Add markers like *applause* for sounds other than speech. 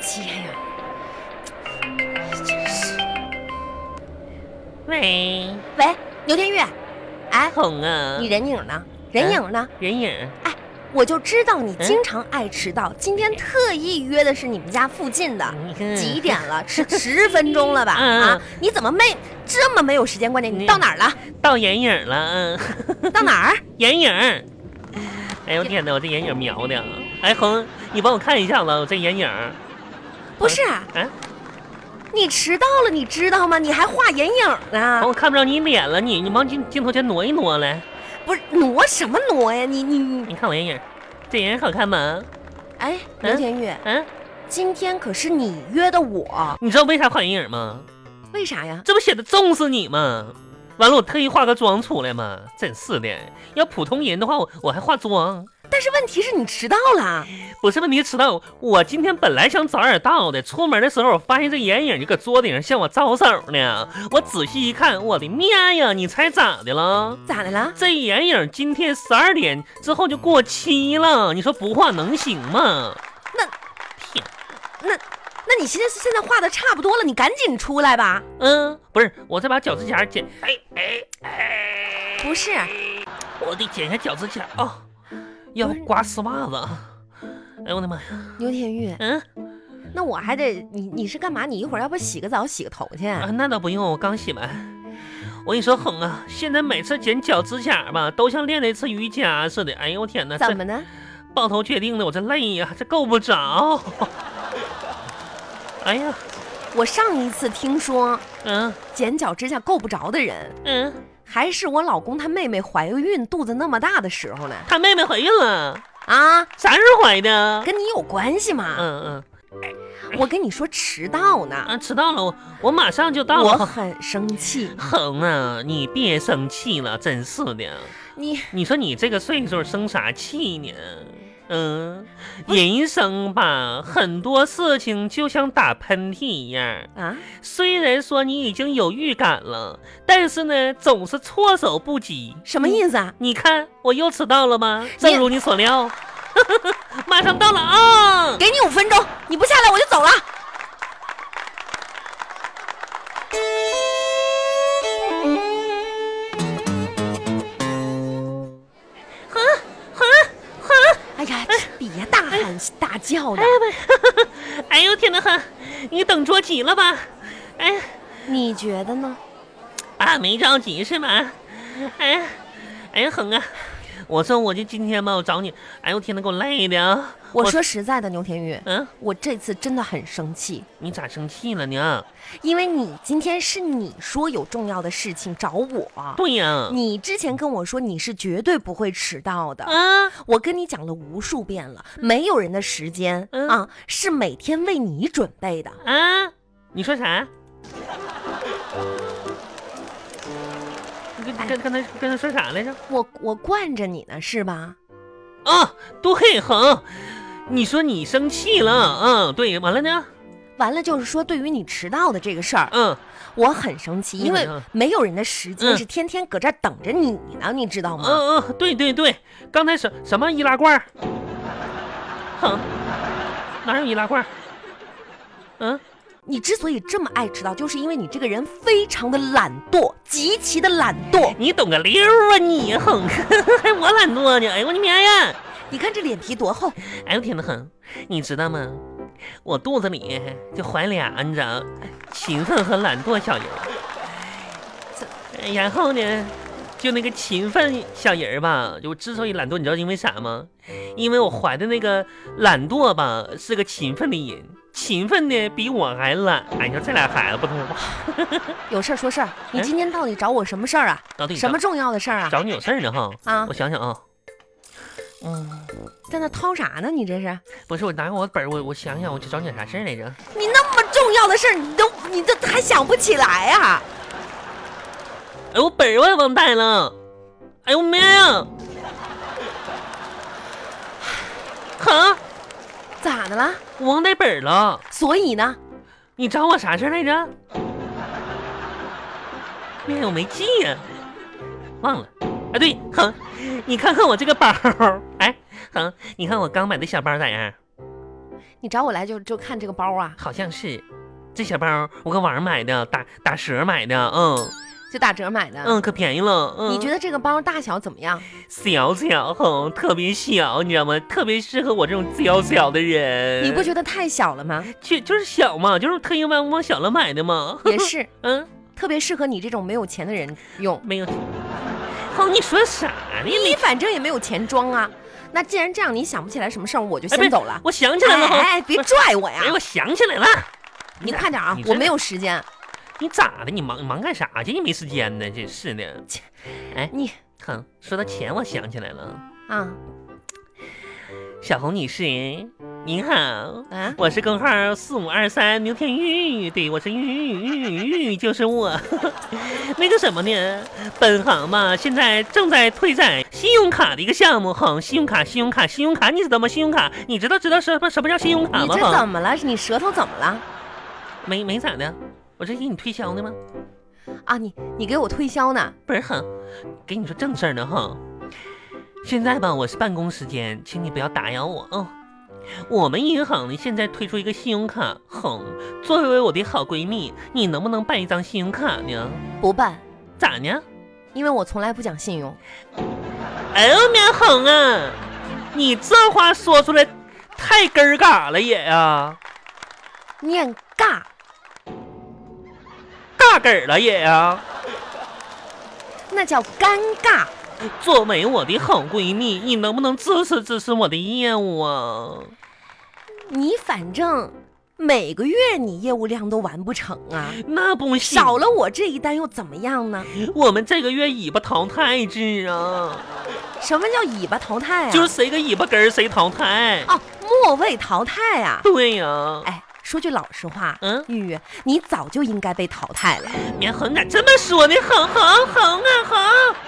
接呀、真是。喂，喂，牛天玉，哎，红啊，你人影呢？哎人影呢？人影，我就知道你嗯经常爱迟到，今天特意约的是你们家附近的。你看几？点了？迟十分钟了吧？ *laughs* 嗯啊，你怎么没这么没有时间观念？你嗯到哪儿 *laughs* 了？到人影了，嗯，到哪儿？人影。哎呦天哪，我这眼影瞄的啊。哎，红，你帮我看一下子，我这眼影。不是，啊哎，你迟到了，你知道吗？你还画眼影呢？我看不着你脸了，你你往镜镜头前挪一挪来，不是挪什么挪呀？你你你，你看我眼影，这眼影好看吗？哎，嗯刘天玉，嗯，今天可是你约的我，你知道为啥画眼影吗？为啥呀？这不写的重视你吗？完了，我特意化个妆出来嘛，真是的。要普通人的话，我我还化妆。但是问题是你迟到了，不是问题，迟到。我今天本来想早点到的，出门的时候我发现这眼影就搁桌顶上向我招手呢。我仔细一看，我的妈呀！你猜咋的了？咋的了？这眼影今天十二点之后就过期了，你说不画能行吗？那天，那你现在现在画的差不多了，你赶紧出来吧。嗯，不是，我再把脚趾甲剪，哎哎哎，不是，我得剪一下脚趾甲啊、要不是刮丝袜子。哎呦我的妈呀！牛天玉，嗯那我还得你你是干嘛？你一会儿要不洗个澡、洗个头去？啊，那倒不用，我刚洗完。我跟你说，哼啊，现在每次剪脚趾甲吧，都像练了一次瑜伽似的。哎呦我天哪，这怎么呢？抱头确定的，我这累呀，这够不着。 *laughs* 哎呀，我上一次听说嗯剪脚指甲够不着的人，嗯，还是我老公他妹妹怀孕肚子那么大的时候呢。他妹妹怀孕了，啊，啥时候怀的？跟你有关系吗？嗯嗯我跟你说迟到呢，啊，迟到了，我我马上就到我了。很生 *laughs* 气。哼啊，你别生气了，真是的。你你说你这个岁数生啥气呢？嗯，人生吧，很多事情就像打喷嚏一样，啊，虽然说你已经有预感了，但是呢，总是措手不及。什么意思啊？你看，我又迟到了吗？正如你所料，马上到了啊！给你五分钟，你不下来我就走了。哎呀，别大喊大叫的，哎呦天哪哈，你等着急了吧？哎呀你觉得呢？啊，没着急是吧？哎呀，哎呀，恒啊，我说我就今天吧，我找你，哎呦天哪，给我累的啊！我说实在的，牛天宇，嗯，我这次真的很生气，你咋生气了呢？因为你今天是你说有重要的事情找我，对呀，你之前跟我说你是绝对不会迟到的，啊，我跟你讲了无数遍了，没有人的时间、嗯啊是每天为你准备的。啊，你说啥？你跟哎跟跟他跟他说啥来着？我我惯着你呢是吧？啊，对，恒，你说你生气了，嗯，对，完了呢，完了就是说，对于你迟到的这个事儿，嗯，我很生气，你因为很生没有人的时间嗯是天天搁这儿等着你呢，你知道吗？嗯嗯，对对对，刚才什什么易拉罐儿？哼，哪有易拉罐儿？嗯，你之所以这么爱迟到，就是因为你这个人非常的懒惰，极其的懒惰。你懂个溜儿啊你，哼， *laughs* 还我懒惰呢，哎呦我的妈呀！你看这脸皮多厚，哎呦天呐，哼，你知道吗？我肚子里就怀俩，你知道，勤奋和懒惰小人儿。这哎然后呢，就那个勤奋小人儿吧，就之所以懒惰，你知道因为啥吗？因为我怀的那个懒惰吧，是个勤奋的人，勤奋的比我还懒。哎，你说这俩孩子不通话，有事儿说事儿。你哎今天到底找我什么事儿啊？到底什么重要的事儿啊？找你有事儿呢哈？啊我，想想啊，嗯，在那掏啥呢？你这是？不是我拿我本儿，我我想想，我去找你啥事儿来着？你那么重要的事儿，你都你都还想不起来啊？哎，我本儿我也忘带了。哎呦妈呀！ *laughs* 哈，咋的了？我忘带本儿了。所以呢，你找我啥事儿来着？妈呀，我没记呀、忘了。啊，对，哼，你看看我这个包儿，哎，哼，你看我刚买的小包咋样？你找我来就就看这个包啊，好像是。这小包我搁网上买的，打打折买的，嗯就打折买的。嗯，可便宜了。嗯，你觉得这个包大小怎么样？小巧红特别小，你知道吗？特别适合我这种娇小的人。你不觉得太小了 *laughs* 吗？就就是小嘛，就是特意往往小了买的嘛。也是，嗯，特别适合你这种没有钱的人用。没有。哦，你说啥呢？你你反正也没有钱装啊。那既然这样，你想不起来什么事儿，我就哎不先是走了。我想起来了，哎红。哎，别拽我呀哎，！我想起来了。你快点啊你，这我没有时间。你咋的？你忙忙干啥去？你没时间呢？真是的。你哼，说到钱，我想起来了，啊小红女士，您好。啊，我是根号四五二三牛天玉，对我是玉玉玉，就是我。 *laughs* 那个什么呢，本行嘛，现在正在推展信用卡的一个项目，哼，信用卡，信用卡，信用卡，你知道吗？信用卡，你知道知道什么什么叫信用卡你吗？这怎哼，么了？你舌头怎么了？没没咋的，我这给你推销呢吗？啊，你你给我推销呢？不是，哼，给你说正事儿呢，哼。现在吧，我是办公时间，请你不要打扰我哦。我们银行呢，现在推出一个信用卡，哼，作为我的好闺蜜，你能不能办一张信用卡呢？不办，咋呢？因为我从来不讲信用。哎呦，棉恒啊，你这话说出来太根儿嘎了也啊呀、念尬，嘎根儿了也啊呀、那叫尴尬。作为我的好闺蜜，你能不能支持支持我的业务啊？你反正每个月你业务量都完不成啊，那不行，少了我这一单又怎么样呢？ *laughs* 我们这个月尾巴淘汰制啊，什么叫尾巴淘汰啊？就是谁个尾巴根儿谁淘汰。哦，末位淘汰啊。对呀、哎，说句老实话，嗯玉玉，你早就应该被淘汰了。棉恒咋这么说呢？恒恒恒啊恒！